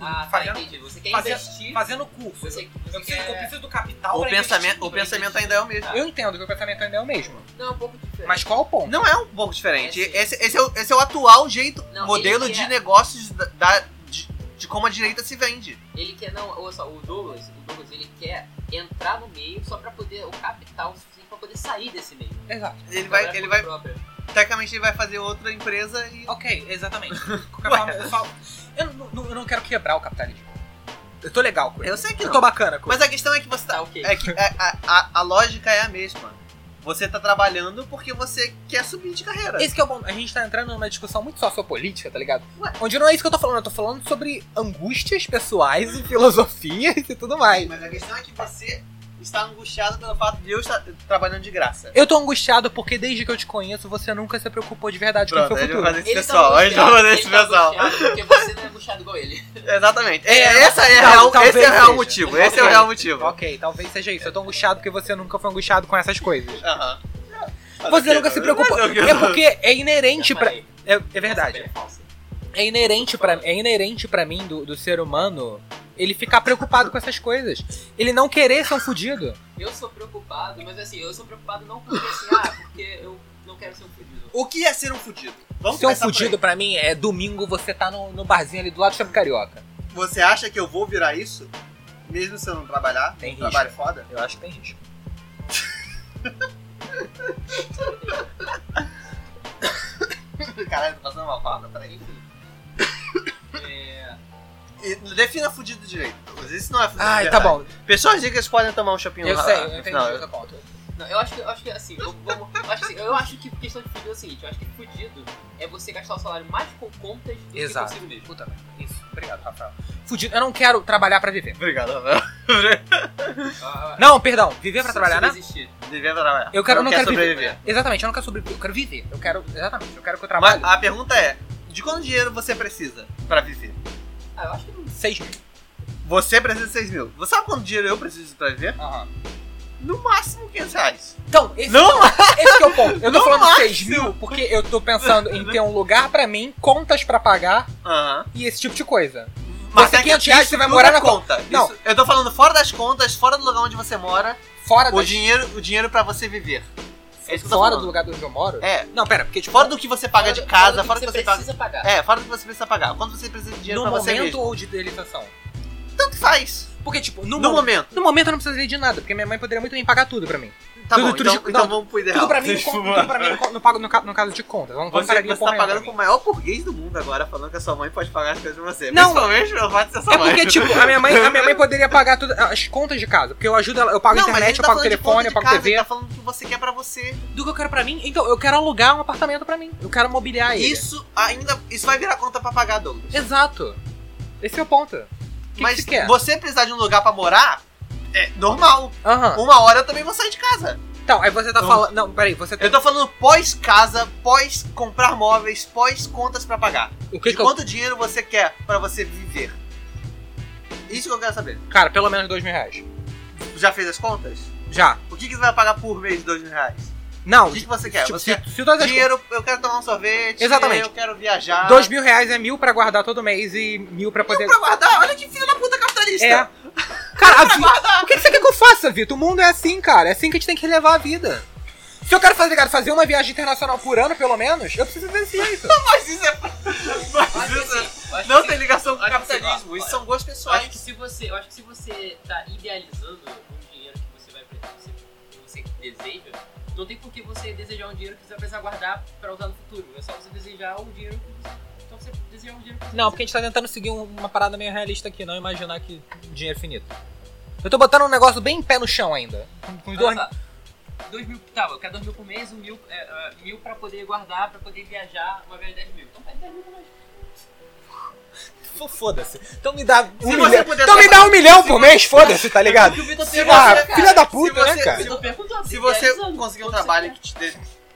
Ah, tá,
Fazendo-
entendi. Você quer
fazendo-
investir.
fazendo curso.
Você-
eu,
você
preciso,
quer-
eu preciso do capital
o
pra
pensamento,
investir.
o pensamento ainda é o mesmo.
Eu entendo que o pensamento ainda é o mesmo,
Não, é um pouco diferente.
mas qual o ponto?
Não é um pouco diferente.
É, sim.
Esse, esse é o, esse é o atual jeito,
Não,
modelo
ele
de
é.
negócios da, da- de, de como a direita se vende.
Ele quer, não, olha só, o Douglas, o Douglas, ele quer entrar no meio só pra poder, o capital suficiente pra poder sair desse meio.
Exato.
Ele vai,
Trabalhar
ele
por conta
vai,
própria.
tecnicamente ele vai fazer outra empresa e
Ok, exatamente. Qualquer forma, eu, falo- eu não- não, eu não quero quebrar o capitalismo. Eu tô legal com ele.
eu sei que
Eu
não.
tô bacana com ele.
Mas a questão é que você tá,
Tá, ok.
é que é- a, a- a lógica é a mesma. Você tá trabalhando porque você quer subir de carreira.
Esse que é o bom. A gente tá entrando numa discussão muito sociopolítica, tá ligado?
Ué.
Onde não é isso que eu tô falando, eu tô falando sobre angústias pessoais e filosofias e tudo mais.
Mas a questão é que você está angustiado pelo fato de eu estar trabalhando de graça.
Eu tô angustiado porque desde que eu te conheço, você nunca se preocupou de verdade com Tipo o seu futuro.
fazer
Ele tá
hoje vai fazer esse pessoal.
Tá angustiado porque você não é buchado igual ele.
Exatamente. É, essa é a
Tal-
real,
talvez
esse é o real
seja.
motivo.
Talvez
Esse é o
seja.
real motivo.
Ok, talvez seja isso. Eu tô angustiado porque você nunca foi angustiado com essas coisas.
Aham.
Você nunca se preocupou.
Mas eu-
É porque é inerente
Tipo,
pra.
Já falei.
É, é verdade.
Essa é falsa.
É inerente pra, é inerente pra mim, do, do ser humano, ele ficar preocupado com essas coisas. Ele não querer ser um fudido.
Eu sou preocupado, mas assim, eu sou preocupado não porque assim, ah, porque eu não quero ser um fudido.
O que é ser um fudido? Vamos
Ser um
começar por aí.
fudido pra mim é domingo você tá no, no barzinho ali do lado do Shopping Carioca.
Você acha que eu vou virar isso? Mesmo se eu não trabalhar?
Tem
um
risco.
trabalho foda?
Eu acho que tem risco.
Caralho, tô passando uma falta, peraí.
É,
E defina fudido direito. Isso não é fudido. de
Ai, tá
verdade.
bom.
Pessoas ricas podem tomar um shopping
Eu sei, eu entendi o seu ponto.
não, eu acho que, eu acho que assim, eu, vamos- eu acho, que- eu acho que questão de fudido é o seguinte, eu acho que fudido é você gastar o salário mais com contas do
Exato.
que consigo mesmo.
Puta merda. Isso. Obrigado, Rafael. Fudido. Eu não quero trabalhar pra viver.
Obrigado, Rafael.
Ah,
Não, perdão. Viver pra trabalhar, né?
subsistir.
Devia trabalhar.
Eu quero, eu não
quer
quero viver.
sobreviver.
Exatamente, eu não quero sobreviver. Eu quero viver. Eu quero, exatamente, eu quero que eu trabalhe.
Mas a pergunta é: de quanto dinheiro você precisa pra viver?
Ah, eu acho que não.
Seis mil.
Você precisa de 6 mil. Você sabe quanto dinheiro eu preciso pra viver?
Aham.
No máximo 500 reais.
Então, esse,
Não,
esse que é o ponto. Eu tô
No
falando
máximo.
6 mil porque eu tô pensando em ter um lugar pra mim, contas pra pagar
Aham.
e esse tipo de coisa.
Mas
Você
é que
500 reais,
isso
você vai
tudo
morar
é
na
conta.
Não.
Isso- eu tô falando fora das contas, fora do lugar onde você mora,
Fora,
o
das-
dinheiro, o dinheiro para você viver. É isso que eu tô
fora
falando.
do lugar onde eu moro?
É,
Não, pera, porque tipo,
fora do que você paga de casa, fora do que você paga.
precisa pagar.
É, fora do que você precisa pagar. Quanto você precisa de dinheiro
no
pra você
momento
mesmo?
ou de realização?
Tanto faz.
Porque tipo, no,
No,
momento,
momento.
no momento eu não preciso de nada, porque minha mãe poderia muito bem pagar tudo pra mim.
Tá
Tudo-
bom,
tudo
então,
de-
então
não,
vamos pro ideal.
Tudo pra mim,
Vocês
com-
fumam.
tudo pra mim no, pago- no, ca- no caso de contas. Eu não
Você,
compararia
você
com
tá
a minha
pagando
mãe.
com o maior burguês do mundo agora, falando que a sua mãe pode pagar as coisas pra você.
Não.
Principalmente pelo fato de ser sua
É
mãe.
porque, tipo, a minha mãe, a minha mãe poderia pagar tudo, ah, as contas de casa. Porque eu ajudo ela, eu pago
Não, mas ele
internet,
tá
eu pago
falando de
telefone,
conta
eu
de
pago
casa,
TV.
Ele tá falando do que você quer pra você.
Do que eu quero pra mim? Então, eu quero alugar um apartamento pra mim. Eu quero mobiliar ele.
Isso ainda. Isso vai virar conta pra pagar, Douglas.
Exato. Esse é o ponto. O que
mas
que você quer?
você precisar de um lugar pra morar, é normal.
Aham.
Uma hora eu também vou sair de casa.
Então, aí você tá
Um-
falando. Não, peraí, você tá.
Eu tô falando pós-casa, pós comprar móveis, pós contas pra pagar.
O que
de
que eu.
quanto dinheiro você quer pra você viver? Isso que eu quero saber.
Cara, pelo menos dois mil reais.
Já fez as contas?
Já.
O que, que você vai pagar por mês de dois mil reais?
Não,
O que, que você quer?
tipo,
você
se, se todas as
dinheiro, eu quero tomar um sorvete,
Exatamente.
eu quero viajar.
Dois mil reais é mil pra guardar todo mês e mil pra poder.
pra guardar, olha que filho da puta capitalista.
É. Cara, a vida.
Guardar.
O que que você quer que eu faça, Vitor? O mundo é assim, cara. É assim que a gente tem que levar a vida. Se eu quero fazer, cara, fazer uma viagem internacional por ano, pelo menos, eu preciso desse jeito.
Mas isso é.
Eu
Mas
acho que
isso é-
assim, eu acho
Não
que
tem
sim.
ligação com o
Acho que sim,
capitalismo,
ó.
isso são gostos
Eu acho que
pessoais.
se você, eu acho que se você tá idealizando um dinheiro que você vai pre- você, que você deseja, não tem por que você desejar um dinheiro que você vai precisar guardar pra usar no futuro. É só você desejar um dinheiro que você, então você desejar um dinheiro que você
Não, porque a gente tá tentando seguir um- uma parada meio realista aqui, não imaginar que dinheiro é finito. Eu tô botando um negócio bem pé no chão ainda. Com- com os dois-
Ah, tá. Dois mil, tá, eu quero dois mil por mês, um mil, é, é, mil pra poder guardar, pra poder viajar, uma viagem de 10 mil. Então faz 10 mil por mês.
Fo- Foda-se. Então me dá um
você
milhão.
puder
Então me dá
trabalhar-
um milhão por mês, foda-se, tá ligado?
Porque o Vitor
Se
perguntou,
Ah,
você-
filha da
se
puta, né,
você-
cara?
Vitor perguntou,
É, Se
idealizando,
você conseguir um
quanto você
trabalho
quer.
que te dê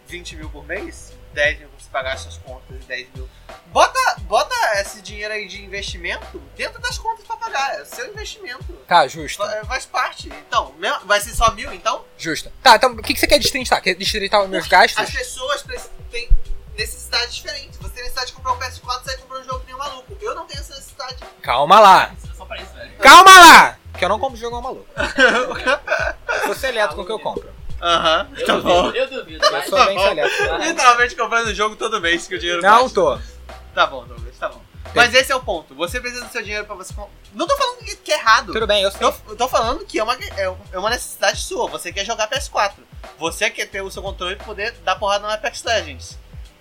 20 mil por mês, 10 mil pra você pagar suas contas, 10 mil. Bota, bota esse dinheiro aí de investimento dentro das contas pra pagar. É o seu investimento.
Tá, justo.
Fa- Faz parte. Então, mesmo- vai ser só mil, então?
Justo. Tá, então o que, que você quer destrinchar? Quer destrinchar os meus
As
gastos?
pessoas preci- têm necessidades diferentes. Você tem necessidade de comprar um PS4, você vai comprar um jogo que nem um maluco. Eu não tenho essa necessidade.
Calma lá.
Isso é só pra isso, velho.
Calma lá! Que eu não compro jogo ao maluco. Eu sou seleto com o que eu compro.
Aham,
Eu
tá
duvido, eu duvido.
Tá
Eu
mas-
sou bem seleto. né?
Literalmente comprando jogo todo mês que o dinheiro
Não
bate.
tô.
Tá bom, Douglas, tá bom. Mas esse é o ponto. Você precisa do seu dinheiro pra você. com- Não tô falando que que é errado.
Tudo bem, eu sei.
Eu eu tô falando que é uma, é um- é uma necessidade sua. Você quer jogar PS4. Você quer ter o seu controle e poder dar porrada no Apex Legends.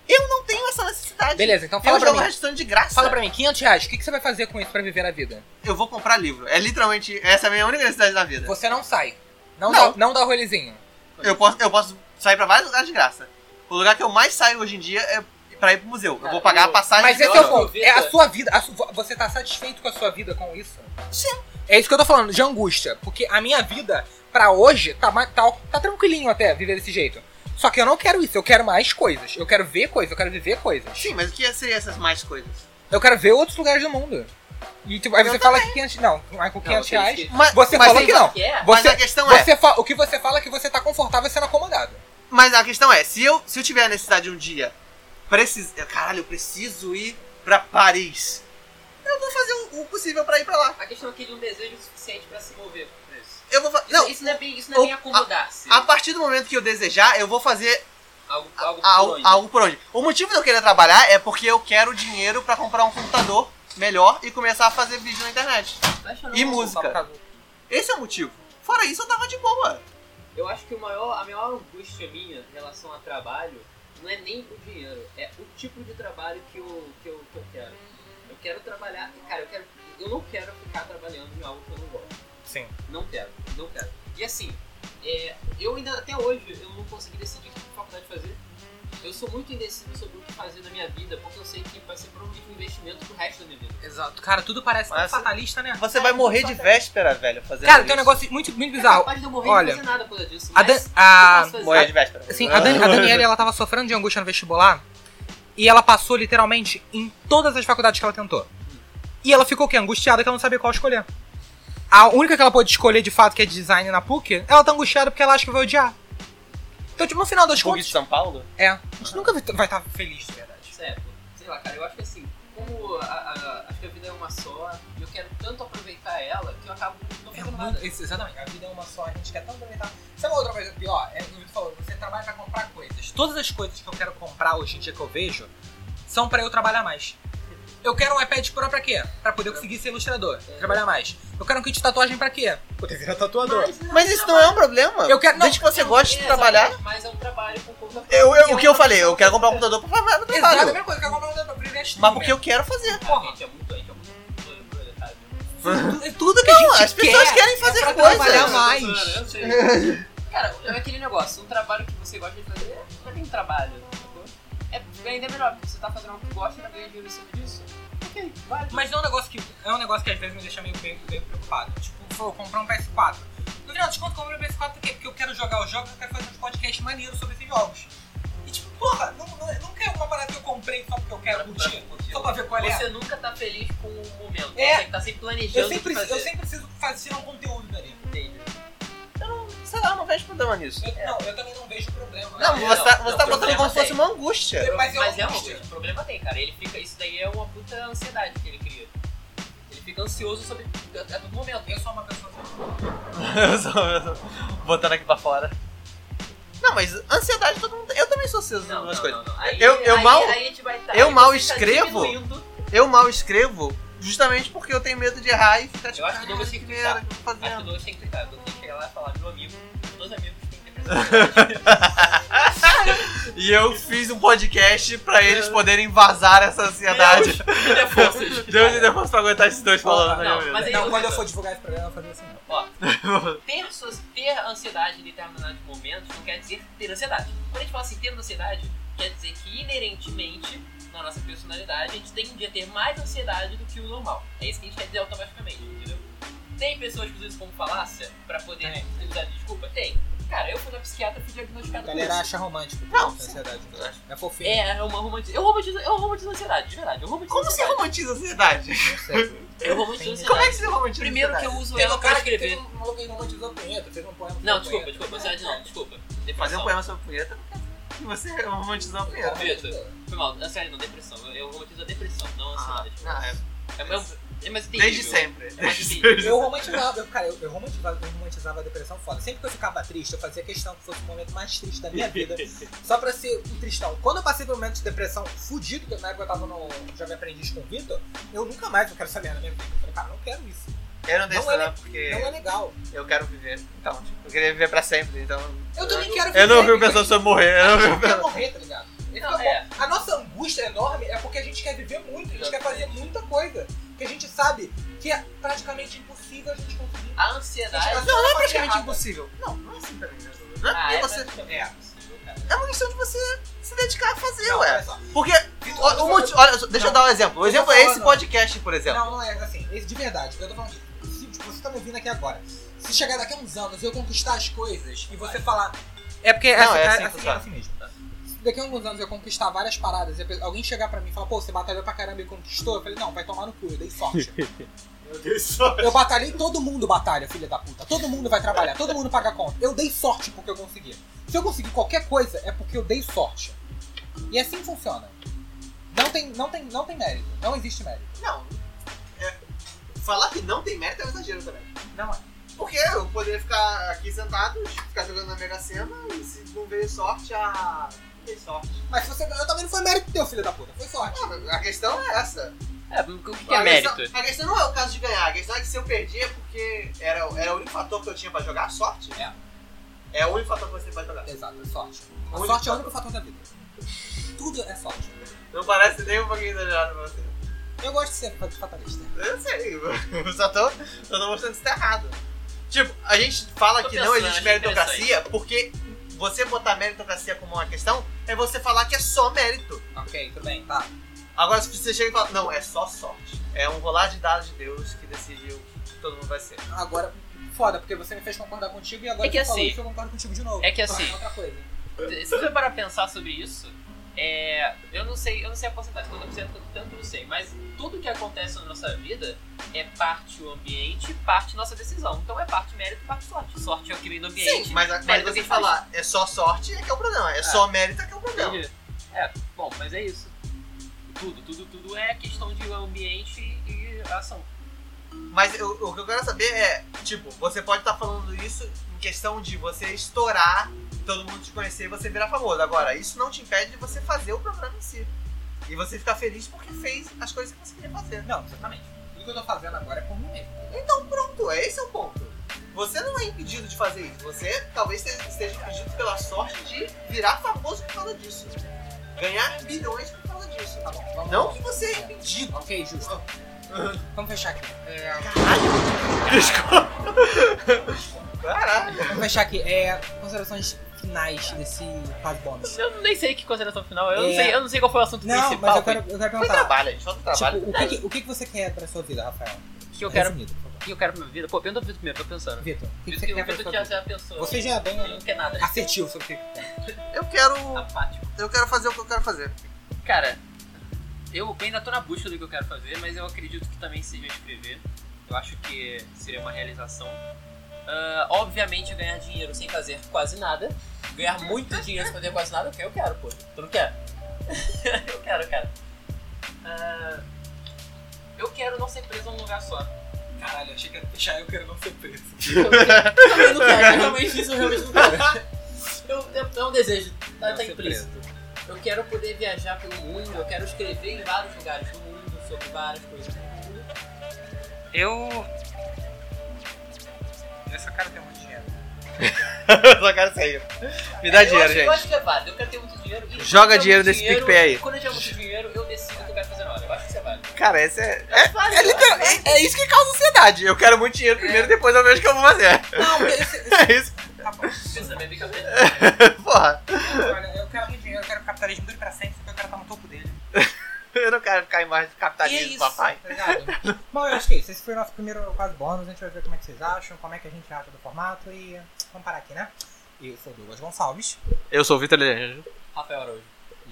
Eu não tenho essa necessidade.
Beleza, então fala
Eu
pra
jogo
mim.
restante de graça.
Fala pra mim, 500 reais, o que, que você vai fazer com isso pra viver a vida?
Eu vou comprar livro. É literalmente essa é a minha única necessidade da vida.
Você não sai. Não,
Não.
Dá, não dá rolezinho.
Eu posso, eu posso sair pra vários lugares de graça. O lugar que eu mais saio hoje em dia é pra ir pro museu. Eu
Cara,
vou pagar a
eu-
passagem.
Mas
de
esse é o
museu.
ponto. É a sua vida. a su- você tá satisfeito com a sua vida com isso?
Sim.
É isso que eu tô falando, de angústia. Porque a minha vida, pra hoje, tá, ma- tá, tá tranquilinho até viver desse jeito. Só que eu não quero isso, eu quero mais coisas. Eu quero ver coisas, eu quero viver coisas.
Sim, mas o que seriam essas mais coisas?
Eu quero ver outros lugares do mundo. E tipo, aí
Eu
você fala que 500. Não, mas com 500
eu
reais.
sei
Mas,
Você
mas
falou
aí-
que não.
que é.
Mas
Você,
a questão é.
você fa- o que você fala é que você tá confortável sendo acomodado.
Mas a questão é, se eu, se eu tiver a necessidade um dia, preciso, caralho, eu preciso ir pra Paris. Eu vou fazer o, o possível pra ir pra lá.
A questão aqui de um desejo suficiente pra se mover por isso.
Eu vou fa-
Isso,
não,
isso não é bem, isso não é bem
Ou-
acomodar-se.
a partir do momento que eu desejar, eu vou fazer
Algo, algo
al-
por onde.
algo por onde. O motivo de eu querer trabalhar é porque eu quero dinheiro pra comprar um computador melhor e começar a fazer vídeo na internet.
Eu acho que eu
E
não-
música. Esse é o motivo. Fora isso, eu tava de boa.
Eu acho que o maior, a maior angústia minha em relação a trabalho não é nem o dinheiro, é o tipo de trabalho que eu, que eu, que eu quero. Eu quero trabalhar, cara, eu quero. Eu não quero ficar trabalhando em algo que eu não gosto.
Sim.
Não quero, não quero. E assim, é, eu ainda até hoje eu não consegui decidir que faculdade fazer. Eu sou muito indeciso sobre o que fazer na minha vida, porque eu sei que vai ser provavelmente um investimento pro resto da minha vida.
Exato. Cara, tudo parece
Mas-
tão fatalista, né?
Você vai morrer de véspera, velho, fazendo
Cara, tem um
isso.
negócio muito, muito
É
bizarro.
capaz de eu morrer
olha,
e não fazer nada por causa disso.
a
mas
Dan-
eu
a-
posso fazer.
Morrer de véspera.
Sim, Assim, a, Dan- a Daniela ela tava sofrendo de angústia no vestibular e ela passou literalmente em todas as faculdades que ela tentou. E ela ficou o quê? Angustiada que ela não sabia qual escolher. A única que ela pôde escolher de fato, que é design na PUC, ela tá angustiada porque ela acha que vai odiar. Então, tipo, no final das
Bug de
contas.
São Paulo?
É. A gente nunca vai estar feliz, de verdade.
Certo. Sei lá, cara, eu acho que assim, como a, a, acho que a vida é uma só, e eu quero tanto aproveitar ela que eu acabo não
É
fazendo nada.
muito, isso, exatamente. A vida é uma só, a gente quer tanto aproveitar. Sabe uma outra coisa pior? É, o Vitor falou, você trabalha pra comprar coisas. Todas as coisas que eu quero comprar hoje em dia que eu vejo são pra eu trabalhar mais. Eu quero um iPad Pro pra quê? Pra poder conseguir ser ilustrador, trabalhar mais. Eu quero um kit de tatuagem pra quê? Poder virar tatuador.
Mas isso não é um problema.
Eu quero- não,
Desde que você goste de
É,
trabalhar.
exatamente, Mas é um trabalho por conta
Eu, eu- o que eu falei? Eu quero comprar um computador pra fazer meu
Exato, é a
trabalho.
mesma coisa, eu quero comprar um computador pra virar streamer.
Mas porque eu quero fazer.
própria. A gente é muito, a gente é muito proletário.
Tu- Tudo que a
Não,
gente
as pessoas
quer
querem fazer
é pra
coisas.
trabalhar
Eu
mais.
Eu sei. Cara, é aquele negócio, um trabalho que você gosta de fazer é pra quem trabalha. sacou? É ainda é melhor, porque você tá fazendo algo que gosta e ainda ganha dinheiro em cima disso. Ok, vale.
Mas não é um negócio que. É um negócio que às vezes me deixa meio, meio, meio preocupado. Tipo, pô, eu comprei um PS4. No final das contas, eu comprei um PS4 por quê? Porque eu quero jogar os jogos, eu quero fazer uns podcasts maneiros sobre esses jogos. E tipo, porra, não, não, não quero uma parada que eu comprei só porque eu quero curtir, só pra ver qual é.
Você nunca tá feliz com o momento.
É.
Você tá sempre planejando.
Eu
o que
sempre,
fazer.
eu sempre preciso fazer um conteúdo dali.
Entende?
não- Sei lá, eu não vejo problema nisso.
Eu, Não, eu também É. não vejo problema.
Não,
Não,
você tá, você
não,
tá
problema
botando como se
tem.
fosse uma angústia.
Mas é uma
é uma
angústia.
coisa, o problema tem, cara. Ele fica, isso daí é uma puta ansiedade que ele cria. Ele fica ansioso sobre a, a todo momento.
Eu sou uma pessoa.
Botando aqui pra fora. Não, mas ansiedade todo mundo. Eu também sou ansioso em algumas coisas.
não. Aí-
Eu- eu
aí-
mal-
aí a gente vai tá-
eu
aí
mal
você tá
escrevo.
diminuindo.
Eu mal escrevo justamente porque eu tenho medo de errar e ficar tipo.
Eu acho que o Douglas
"Caralho,
tem que
merda
twittar.
que eu tô fazendo?"
Acho que o Douglas tem que twittar. O Douglas tem que chegar lá e falar: meu amigo, meus amigos têm depressão.
E eu fiz um podcast pra eles poderem vazar essa ansiedade.
Me dê forças.
Deus me deu força pra aguentar esses dois falando.
Não,
né, meu
mas é
Deus?
aí eu-
divulgar esse programa, eu vou fazer assim não.
Ó, ter, suas- ter ansiedade em determinados momentos não quer dizer ter ansiedade. Quando a gente fala assim, ter ansiedade, quer dizer que inerentemente, na nossa personalidade, a gente tem um dia ter mais ansiedade do que o normal. É isso que a gente quer dizer automaticamente, entendeu? Tem pessoas que usam isso como falácia pra poder usar de desculpa? Tem. Cara, eu fui na psiquiatra e fui diagnosticado
A
com
galera
isso.
acha romântico.
Não,
essa ansiedade. É fofinho.
É, é uma romantiza. Eu romantizo, eu romantizo a ansiedade, de verdade. Eu romantizo
Como
a
você
ansiedade.
romantiza a ansiedade?
Eu romantizo a ansiedade.
Como é que você romantiza a
Primeiro que
ansiedade?
eu uso
Teve
ela
um
pra
cara que teve
escrever.
um maluco que romantizou a punheta, fez um poema.
Não,
sobre a
desculpa, desculpa,
punheta.
ansiedade não, desculpa.
Fazer um
Depressão.
poema sobre punheta e você romantizar a punheta.
Punheta. Foi mal, ansiedade não, depressão. Eu, eu romantizo a depressão, não a
Ah,
ansiedade.
não, é-
é, é, é mais entendível.
desde sempre.
É mais
Desde-
terrível.
Eu romantizava, eu, cara, eu, eu romantizava, eu romantizava a depressão foda. Sempre que eu ficava triste, eu fazia questão que fosse o momento mais triste da minha vida. só pra ser um tristão. Quando eu passei por um momento de depressão fudido, que na época eu tava no Jovem Aprendiz com o Vitor, eu nunca mais eu quero essa merda na minha vida. Eu falei, cara, eu não quero isso.
Eu não tenho
Não é-
stand-up porque
Não é legal.
eu quero viver. Então, tipo, eu queria viver pra sempre, então.
Eu também quero
Eu não vi o
viver,
pessoal só morrer, eu não vi
quer
o pessoal.
morrer, tá ligado? Esse
Não,
que é o
é.
ponto. A nossa angústia enorme é porque a gente quer viver muito, a gente quer fazer
Exatamente.
muita coisa. Que a gente sabe que é praticamente impossível a gente conseguir.
A
A gente
ansiedade.
tá
Não, não é
fazendo
praticamente
errado.
impossível. Não, não é assim também, né? Não
Ah,
é
é
porque você.
praticamente
É.
impossível, cara.
É uma questão de você se dedicar a fazer,
Não, olha
ué.
só.
Porque.
Vitor,
o- o motivo- Olha, só, deixa eu
Não.
dar um exemplo. O
Eu tô
exemplo é esse
falando.
podcast, por exemplo.
Não, não é assim, esse- de verdade. Eu tô falando de- se você tá me ouvindo aqui agora. Se chegar daqui a uns anos e eu conquistar as coisas e você falar. É porque
Não, é assim que
é
funciona.
assim mesmo. Se daqui a alguns anos eu conquistar várias paradas e a pe- alguém chegar pra mim e falar, pô, você batalhou pra caramba e conquistou, eu falei, não, vai tomar no cu, eu dei sorte. assim.
Meu Deus, só.
eu batalhei, todo mundo batalha, filha da puta. Todo mundo vai trabalhar, todo mundo paga conta. Eu dei sorte porque eu consegui. Se eu conseguir qualquer coisa, é porque eu dei sorte. E assim funciona. Não tem, não tem, não tem mérito. Não existe mérito.
Não. É, falar que não tem mérito é um exagero também.
Não é.
Porque eu poderia ficar aqui sentado, ficar jogando na Mega Sena e se não veio sorte, a. Não tem sorte.
Mas se você ganhou também não foi mérito teu, filho da puta. Foi sorte.
Não, a questão é essa.
É, o que, que
a
é mérito?
Questão, a questão não é o caso de ganhar, a questão é que se eu perdi é porque era, era o único fator que eu tinha pra jogar, a sorte.
É.
É o único fator que você vai jogar.
Exato, é sorte. A
Único
sorte é o
fator.
único fator da vida. Tudo é sorte.
Não parece nem um pouquinho exagerado pra você.
Eu gosto de ser fatalista.
Eu sei, eu só tô, eu tô mostrando que isso tá errado. Tipo, a gente fala
Tô
que
pensando,
não
achei
existe meritocracia porque você botar meritocracia como uma questão é você falar que é só mérito.
Ok, tudo bem, tá.
Agora, se você chega e fala, não, é só sorte. É um rolar de dados de Deus que decidiu o que todo mundo vai ser.
Agora, foda, porque você me fez concordar contigo e agora
É que
você falou
assim-
isso, eu concordo contigo de novo.
é que assim-
É outra coisa.
Se você parar pra pensar sobre isso, é, eu não sei, eu não sei a porcentagem, quanto por cento, quanto tanto eu não sei, mas tudo que acontece na nossa vida é parte o ambiente, parte nossa decisão. Então é parte mérito, parte sorte. Sorte é o que vem do ambiente.
Sim, mas, mas
mérito é
você
quem
falar, é só sorte é que é o problema. É, só mérito é que é o problema.
Entendi. É, bom, mas é isso. Tudo, tudo, tudo é questão de ambiente e ação.
Mas eu- o que eu quero saber é, tipo, você pode estar falando isso em questão de você estourar, todo mundo te conhecer e você virar famoso. Agora, isso não te impede de você fazer o programa em si. E você ficar feliz porque fez as coisas que você queria fazer.
Não, exatamente. Tudo que eu tô fazendo agora é por mim mesmo.
Pronto, é esse é o ponto. Você não é impedido de fazer isso. Você talvez se- esteja impedido pela sorte de virar famoso por causa disso. Ganhar bilhões por causa disso.
Tá bom, vamos
Não que você é impedido.
Ok, justo. Vamos fechar aqui. É,
Caralho.
vamos fechar aqui. É, considerações finais desse quase bônus.
Eu nem sei que consideração final, eu,
É.
não, sei, eu não sei qual foi o assunto
Não,
principal
mas eu quero, eu quero
Foi
perguntar.
trabalho, a gente falta trabalho.
Tipo, o que, que- o que que você quer pra sua vida, Rafael?
que eu quero,
Resumido, por favor.
que eu quero pra minha vida. Pô, pergunta pro Vitor primeiro, tô pensando.
Vitor, o que, que
Vitor
você quer pra
Vitor
sua
já,
vida?
já pensou.
Você já é bem
Ele não quer nada.
assertivo sobre o que que quer.
Eu quero.
Apático.
Eu quero fazer o que eu quero fazer.
Cara, eu ainda tô na busca do que eu quero fazer, mas eu acredito que também seja escrever. Eu acho que seria uma realização. Ah, obviamente, ganhar dinheiro sem fazer quase nada. Ganhar muito dinheiro sem fazer quase nada, eu quero, pô. Tu não quer? eu quero, cara. Ah, eu quero não ser preso a um lugar só.
Caralho, achei que ia fechar eu quero não ser preso.
Eu também não quero, eu realmente isso eu realmente não quero. Eu, eu, é um desejo, tá, tá
Não ser
implícito. Eu quero poder viajar pelo mundo, eu quero escrever em vários lugares do mundo, sobre várias coisas do mundo. Eu.
Eu só quero ter muito dinheiro.
Só quero sair. Me dá
eu
dinheiro,
acho, Eu
gente.
acho que é válido, eu quero ter muito dinheiro. E
Joga
quando eu tiver
dinheiro
muito
nesse PicPay aí.
Quando eu tiver muito dinheiro, eu decido o que eu quero fazer na hora. Eu acho que isso é válido.
Cara, esse é.
Eu acho válido,
É,
eu acho
literal-
válido.
é- é isso que causa ansiedade. Eu quero muito dinheiro primeiro, depois eu vejo o que eu vou fazer.
Não, esse,
É isso.
Tá
Pensa, minha bica-
Porra,
olha, eu quero muito dinheiro, eu quero que o capitalismo dure pra sempre, porque eu quero estar no topo dele.
eu não quero ficar em mais de
E é
capitalismo,
isso,
papai.
tá ligado? Bom, eu acho que é isso. Esse foi o nosso primeiro quase bônus. A gente vai ver como é que vocês acham, como é que a gente acha do formato e vamos parar aqui, né? Eu sou Douglas Gonçalves.
Eu sou o Vitor Leandro.
Rafael Araújo.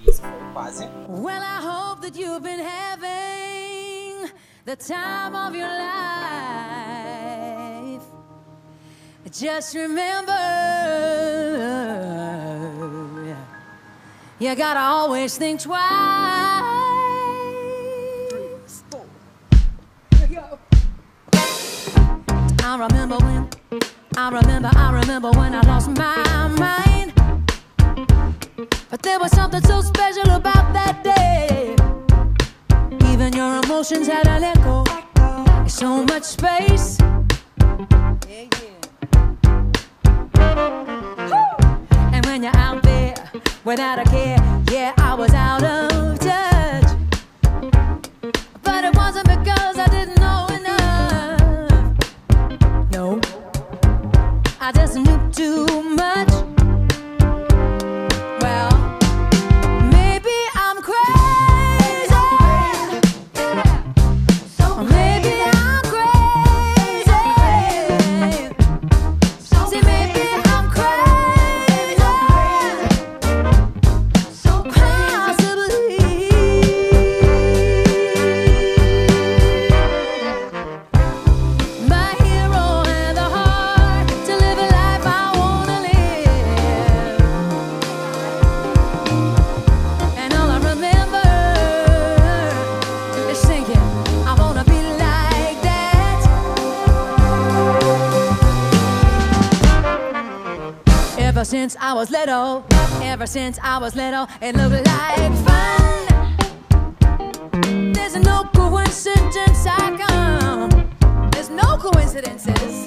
E esse foi o Quase.
Well, I hope that you've been having the time of your life. Just remember, you gotta always think twice. I remember when, I remember, I remember when I lost my mind. But there was something so special about that day. Even your emotions had an echo. So much space. Woo! And when you're out there without a care, yeah, I was out of touch. But it wasn't because I didn't know enough. No, I just knew too much. Well, maybe I'm crazy. Or maybe I'm crazy. See, maybe I'm crazy. Possibly. My hero had the heart to live a life I wanna live, and all I remember is thinking I wanna be like that. Ever since I was little, ever since I was little, it looked like fun. There's no coincidence I come. There's no coincidences. Ah,